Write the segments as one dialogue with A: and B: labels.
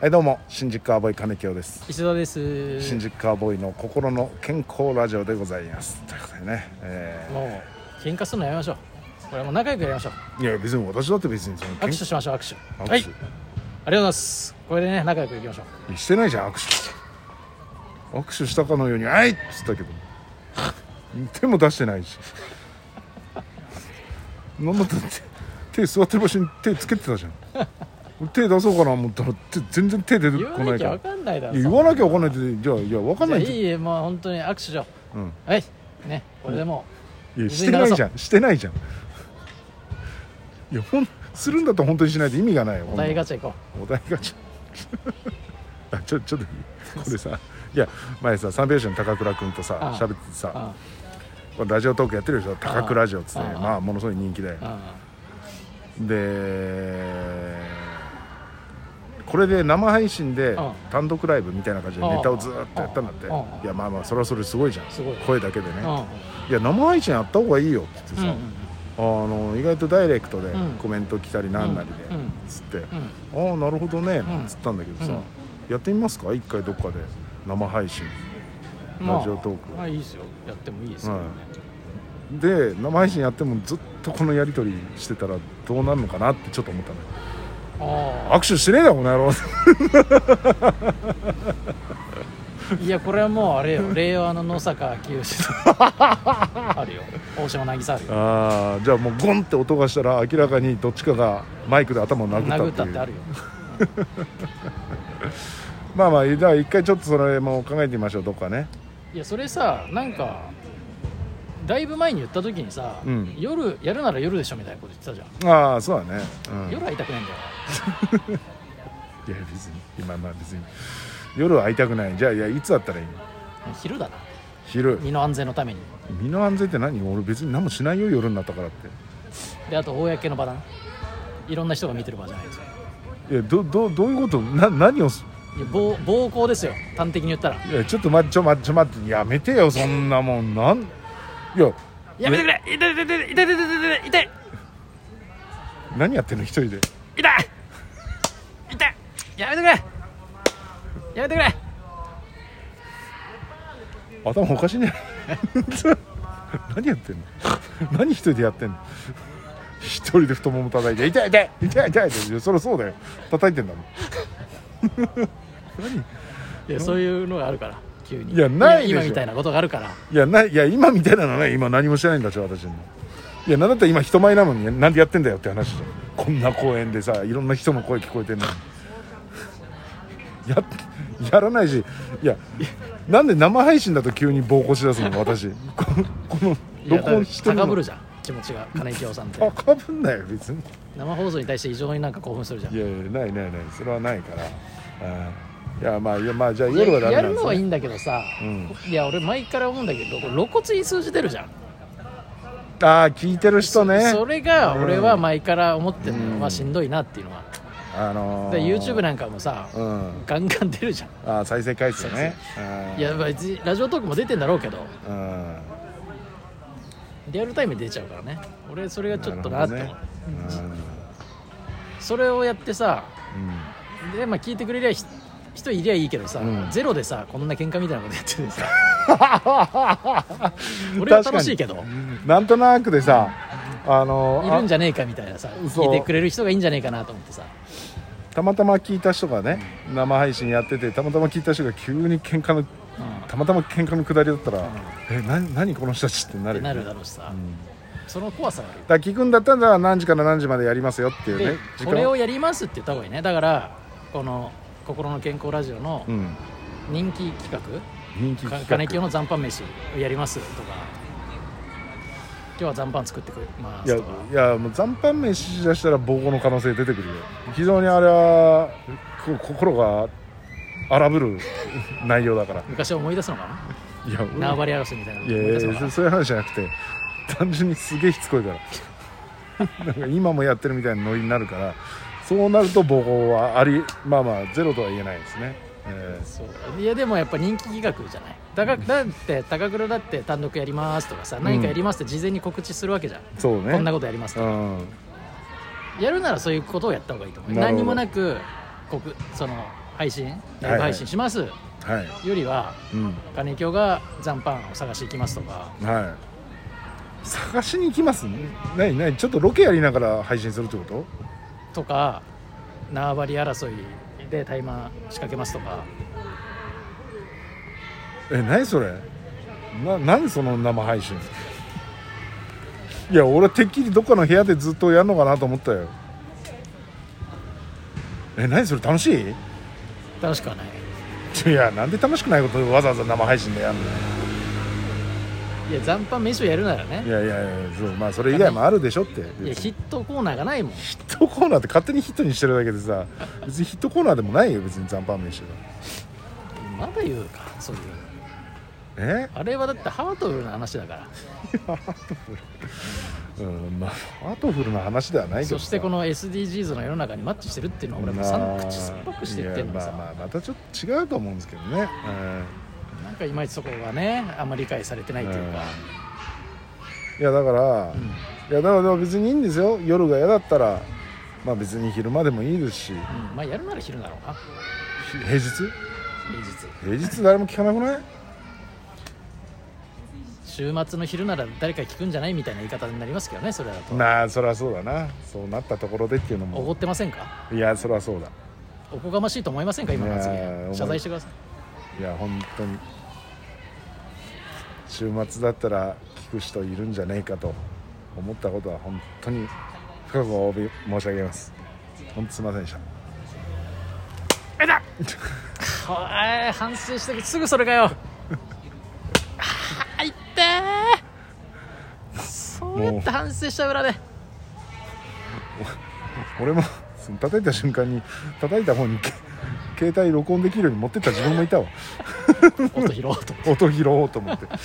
A: はいどうも新宿カーボーイ金清です
B: 石田です
A: 新宿カーボーイの心の健康ラジオでございますということでね、え
B: もう喧嘩するのやめましょうこれもう仲良くやりましょう
A: ーいや別に私だって別にその
B: 握手
A: 健
B: しましょう握手
A: 握手
B: はいありがとうございますこれでね仲良くいきましょう
A: してないじゃん握手握手したかのように「あい!」っつったけど手も出してないし なんだったって手座ってる場所に手つけてたじゃん俺手出そうかな思ったら手全然手出て
B: 言
A: こ
B: わ
A: な
B: ないき
A: か
B: ゃ
A: ら
B: 分かんないだろ
A: いや言わなきゃ分かんないってじゃあいや分かん
B: じ
A: な
B: ゃあ
A: いって
B: いいえもう本当に握手しよ
A: うん
B: うはいねこれでも
A: いやし
B: 水
A: て
B: に流
A: な
B: そう
A: いじゃんしてないじゃんいやほんするんだったら本当にしないと意味がないよ
B: うお題ガチャ行こ
A: お題が ちょあちょちょっといいこれさいや前さ三拍子の高倉君とさ
B: ああ
A: 喋ってて
B: ううん
A: さこれラジオトークやってるでしょ高倉ラジオっつってね
B: ああ
A: まあものすごい人気だよ
B: う
A: でこれで生配信で
B: ああ
A: 単独ライブみたいな感じで
B: ああ
A: ネタをずーっとやったんだって
B: ああああ
A: いやまあまあそれはそれすごいじゃん
B: すごい
A: 声だけでね
B: んうん
A: いや生配信やった方がいいよって言って
B: うん
A: さあの意外とダイレクトで
B: うん
A: コメント来たりなんなりで
B: うんうん
A: つって
B: うんうん
A: 「ああなるほどね」
B: ん
A: つったんだけどさ、
B: うん
A: やってみますか一回どっかで生配信
B: まあ
A: ラジオトーク
B: まあいいですよやってもいいですけどね
A: はで生配信やってもずっとこのやり取りしてたらどうなるのかなってちょっと思ったのよ
B: あ
A: 握手してねえだろこの野郎
B: あいやこれはもうあ れよ令和の野坂清志のあるよ大島渚あるよ
A: あ あじゃあもうゴンって音がしたら明らかにどっちかがマイクで頭を殴ったってい
B: 殴
A: う
B: ったってあるよ
A: まあまあじゃあ一回ちょっとそれも考えてみましょうどっかね
B: いやそれさなんかだいぶ前に言った時にさ、
A: うん
B: 夜やるなら夜でしょみたいなこと言ってたじゃん、
A: ああそうだね、うん、
B: 夜は痛くないんだよ
A: いや別に今まあ別に夜は会いたくないじゃあいやいつだったらいいの
B: 昼だな
A: 昼
B: 身の安全のために
A: 身の安全って何俺別に何もしないよ夜になったからっ
B: であと公の場だないろんな人が見てる場じゃないですよ
A: ていやどどどういうことな何をす
B: いや暴暴行ですよ端的に言ったら
A: いやちょっと待ってちょ待ってちょ待ってやめてよそんなもんなんいや
B: やめてくれ痛い痛い痛い痛い痛い痛い痛い痛い
A: 何やってんの一人で
B: 痛い痛いやめてくれやめてくれ
A: 頭おかしいね 何やってんの何一人でやってんの一人で太もも叩いて痛い痛い痛い痛い痛いいやそりゃそうだよ叩いてんだもん
B: いやそういうのがあるから急に
A: いやないでしょ
B: 今みたいなことがあるから
A: いやないいや今みたいなのね今何もしてないんだし私もいやなんだったら今人前なのになんでやってんだよって話じゃんこんな公園でさいろんな人の声聞こえてんのにややらないしいやなんで生配信だと急に暴行しだすの私ここの
B: いや
A: 録音してる
B: 高ぶ
A: の
B: るじゃん気持ちが金井清さんって
A: 高ぶんなよ別に
B: 生放送に対して異常になんか興奮するじゃん
A: いやいやないないないそれはないからあーいやまあいやまあじゃあ
B: いや
A: 夜はダメ
B: や
A: なんで
B: るの
A: す
B: はいい
A: ね
B: んだけどさ、
A: うん
B: いや俺前から思うんだけどこれ露骨に数字出るじゃん、
A: ああ聞いてる人ね
B: それが
A: うん
B: 俺は前から思ってるの
A: う
B: は
A: ん
B: しんどいなっていうのは、
A: あのー、
B: で YouTube なんかもさ、
A: うん
B: ガンガン出るじゃん、
A: あー再生回数ねうん
B: いや別にラジオトークも出てんだろうけど
A: うん
B: リアルタイムで出ちゃうからね俺それがちょっとなって思う、
A: るほどね
B: それをやってさ
A: う
B: で、まあ、聞いてくれりゃひ人いりゃいいけどさ、
A: うん
B: ゼロでさこんな喧嘩みたいなことやってて さ
A: ん
B: 俺は楽しいけど
A: 確かになんとなくでさあの
B: いるんじ
A: ゃ
B: ゃねえかみたいなさ
A: そう
B: 聞いてくれる人がいいんじゃねえかなと思ってさ
A: たまたま聞いた人がね生配信やっててたまたま聞いた人が急に喧嘩のたまたま喧嘩のくだりだったら「えな何この人たち」ってなる
B: って
A: よ
B: な
A: ね
B: るだろうしさ、
A: うん
B: その怖さがある
A: だから聞くんだったら何時から何時までやりますよっていう
B: で
A: ね時
B: これ
A: 間
B: をやりますって言った方がいいねだからこの「心の健康ラジオ」の
A: うん
B: 人気企
A: 人気
B: 画
A: 企
B: 「
A: 画
B: 金清の残飯飯」をやりますとか「今日は残飯作ってくれま
A: いや
B: す」とか
A: いやもう残飯飯しだしたら暴行の可能性出てくるよ非常にあれはこ心が荒ぶる内容だから
B: 昔を思い出すのかない
A: や俺
B: 縄張り争いみたいなの
A: いや
B: 思
A: い
B: い
A: や
B: 出すのか
A: そ
B: な
A: そういう話じゃなくて単純にすげえしつこいからな んか今もやってるみたいなノリになるからそうなると暴行はありまあまあゼロとは言えないですね、え
B: そういやでもやっぱ人気企画じゃないだがだって高倉だって単独やりますとかさ何かやりますって事前に告知するわけじゃん、
A: ーそうね
B: こんなことやりますと
A: う
B: か、
A: ん
B: やるならそういうことをやった方がいいと思う
A: なるほど
B: 何にもなくこくその配信ライブ配信しますよ
A: はい
B: りは
A: うん
B: 金京が残飯を探していきますとか
A: はい探しに行きます何何ちょっとロケやりながら配信するってこと
B: とか縄張り争いで大麻仕掛けますとか
A: え何それな何その生配信いや俺てっきりどっかの部屋でずっとやるのかなと思ったよえ何それ楽しい
B: 楽しくはない
A: いやなんで楽しくないことをわざわざ生配信でやるの
B: いや残飯飯をやるならね
A: いやいやいやそうまあそれ以外もあるでしょって
B: いや
A: 別
B: ヒ
A: に
B: ットコーナーがないもん
A: ヒットコーナーって勝手にヒットにしてるだけでさ別にヒットコーナーでもないよ別に残飯飯は
B: まだ言うかそういうの
A: え
B: あれはだってハートフルな話だから
A: うんまあハートフルな話ではないけど
B: そ
A: さ
B: してこの SDGs の世の中にマッチしてるっていうのは俺もさ
A: まあ
B: 口酸っぱくして言ってんのに
A: い
B: さ、
A: やまあまあまたちょっと違うと思うんですけどね、うん
B: なんかいまいちそこがねあんまり理解されてないっていうか、
A: いやだから、
B: うん
A: いやだから別にいいんですよ夜が嫌だったらまあ別に昼間でもいいですし
B: うんまあやるなら昼だろうな
A: 平日
B: 平日
A: 平日誰も聞かなくない
B: 週末の昼なら誰か聞くんじゃないみたいな言い方になりますけどねそれだと
A: まあそりゃそうだなそうなったところでっていうの
B: お
A: も
B: ごってませんか
A: いやそりゃそうだ
B: おこがましいと思いませんか今の発
A: いやー思
B: 言
A: い
B: 謝罪してください
A: いや本当に週末だったら聞く人いるんじゃないかと思ったことは本当に深くお詫び申し上げます本当すいませんでした
B: はーい反省してすぐそれかよ あーいってーそうやって反省した裏で
A: 俺も その叩いた瞬間に叩いた方にけ携帯録音できるように持ってった自分もいたわ
B: 音拾お うと
A: 音拾おうと思って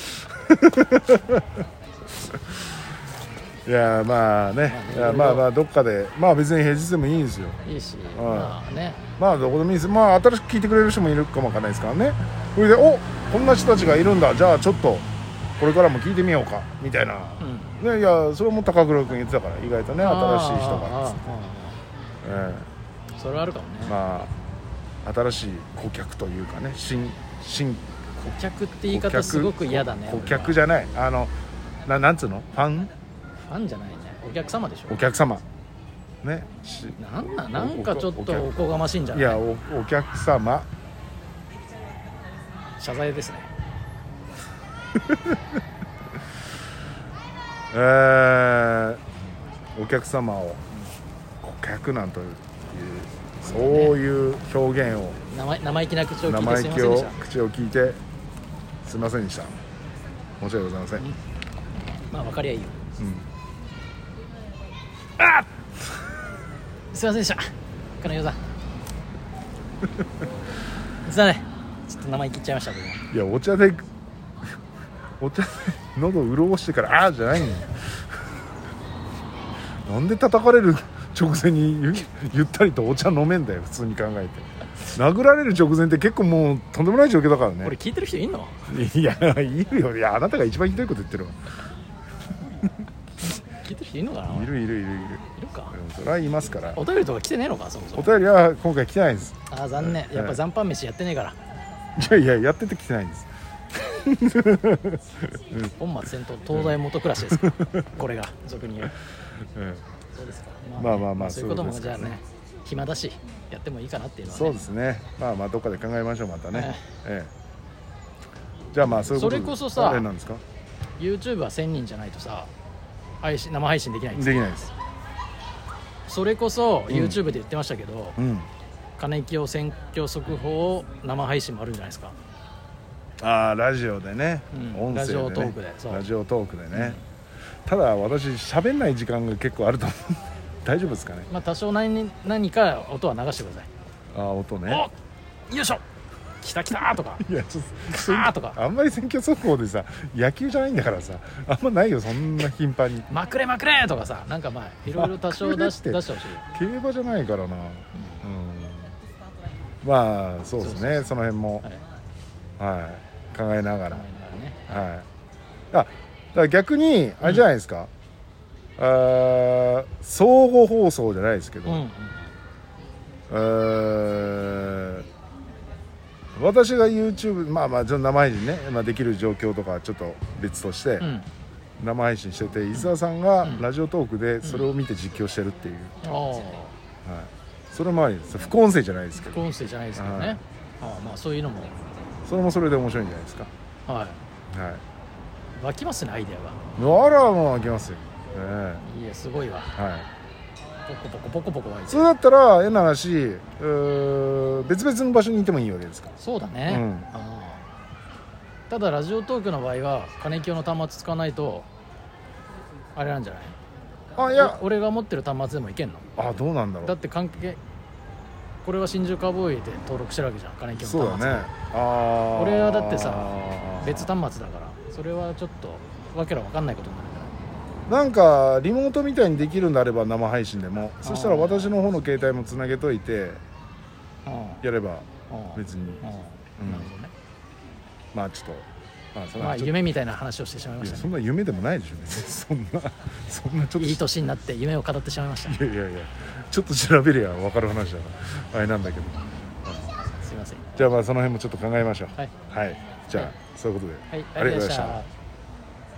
A: いやーまあねいやまあまあどっかでまあ別に平日でもいいんですよ
B: いいし
A: うん
B: まあね
A: まあどこでもいいですまあ新しく聞いてくれる人もいるかもわかんないですからねそれでおこんな人たちがいるんだじゃあちょっとこれからも聞いてみようかみたいな、
B: うん
A: ねいやそれも高倉君言ってたから意外とね新しい人
B: あー
A: が、え
B: あーそれはあるかもね、
A: えまあ新しい顧客というかね新新
B: 顧客って言い方すごく嫌だね
A: 顧客
B: じ
A: じゃないあのななんつうのファン
B: ファンじゃないねお客様でし
A: お
B: ょ
A: 客様ねし
B: なんなんなんかちょっと
A: お
B: おこがましいんじゃ
A: い
B: な
A: や
B: い
A: おお客様
B: 謝罪ですね
A: えーお客様を顧客なんというそういう表現を
B: 生生意気な口を聞い
A: 生
B: てす
A: 意気
B: いませんでし
A: を
B: た
A: 口を聞いてすいませんでした申し訳ございません、うん
B: まあ分かりゃいいよすいませんでした金代さんすいませんちょっと生意気言っちゃいました僕も
A: いやお茶でお茶で喉を潤してから「ああ」じゃないのよなんで叩かれる直前にゆゆったりとお茶飲めんだよ普通に考えて殴られる直前って結構もうとんでもない状況だからね
B: これ聞いてる人いんの
A: いやいるよいやあなたが一番ひどいこと言ってるわ
B: 聞いてる人いんのかない
A: いるいるいるいる
B: るか
A: うんそれは言いますから
B: お便りとか来てねえのかそもそ
A: お
B: も
A: 便りは今回来てないんです
B: ああ残念やっぱ残飯飯やってねえから
A: いやいややってて来てないんです
B: 本末転倒東大元暮らしですからこれが俗に言う
A: うん
B: そうですか
A: まあまあまあ
B: そういうことも
A: そういうことですから
B: じゃあ
A: ね
B: ね暇だしやってもいいかなっていうのは
A: そう
B: ね
A: ですねまあまあどっかで考えましょうまたね
B: ね
A: ええじゃあまあそういうことで
B: それこそさ
A: あれなんですか
B: YouTube は1000人じゃないとさ配信生配信できないん
A: で
B: です
A: きないです
B: それこそ
A: ん
B: YouTube で言ってましたけど、
A: うん
B: 金清選挙速報生配信もあるんじゃないですか
A: ああラジオでね、
B: う
A: 音声で、
B: ん
A: ね、
B: ラジオトークでそう
A: ラジオトークでね、ただ私喋んない時間が結構あると思うんで 大丈夫ですかね
B: まあ多少何何か音は流してください
A: ああ音ね
B: およいしょきたきたとか
A: いやちょっと
B: カーとか
A: あんまり選挙速報でさ野球じゃないんだからさあんまないよそんな頻繁に
B: まくれまくれとかさなんかまあいろいろ多少出し
A: まくれって
B: 出してほしい
A: 競馬じゃないからなうん、まあそうですねそ
B: そうそうそう
A: の辺も
B: はい、
A: はい、考えながら
B: 考えながらね
A: はいあだから逆にあれじゃないですか、あー相互放送じゃないですけど、
B: うんうん
A: えー私が YouTube まあまあちょっと生配信ね、まあ、できる状況とかはちょっと別として、
B: うん
A: 生配信してて伊沢さんが
B: うん
A: ラジオトークでそれを見て実況してるっていう、
B: ああ
A: はい、それもありです副音声じゃないですけ
B: 副
A: ど
B: 音声じゃないですけど
A: は
B: ね
A: い
B: ああまあそういうのも
A: それもそれで面白いんじゃないですか
B: は
A: はい
B: い湧きますねアイデアが
A: あらもう開けますよ、え
B: いやすごいわ
A: えはい
B: ポコポコポコポコ湧いて
A: それ
B: る
A: だったら変な話うー別々の場所にいてもいいわけですか
B: そうだね、
A: うん
B: ああただラジオトークの場合は金清の端末使わないとあれなんじゃない
A: あいや
B: お俺が持ってる端末でもいけんの
A: あどうなんだろ
B: だっ
A: う
B: て関係これは新宿カーボーイで登録してるわけじゃん金清
A: そ
B: の
A: う
B: 端末
A: だねああ
B: 俺はだってさ別端末だからそれはちょっとわけらわかんないことになるから
A: なんかリモートみたいにできるんであれば生配信でもそしたら
B: あー
A: 私の方の携帯もつなげといてやれば
B: うん
A: 別に
B: うん
A: うん
B: なるほどね
A: まあちょっとまあそん
B: ま
A: な
B: あ
A: ちょっと
B: 夢みたいな話をしてしまいま
A: い
B: し
A: や
B: た
A: そ
B: ね
A: んな夢でもないでしょ別にそん なそんなちょっと
B: いい年になって夢を語ってしまいましたね
A: いやいやいやちょっと調べりゃ分かる話だからあれなんだけど
B: すいません
A: じゃあまあその辺もちょっと考えましょう
B: はい
A: はい、じゃあ、
B: はい
A: そういうことで、
B: はいありがとうございました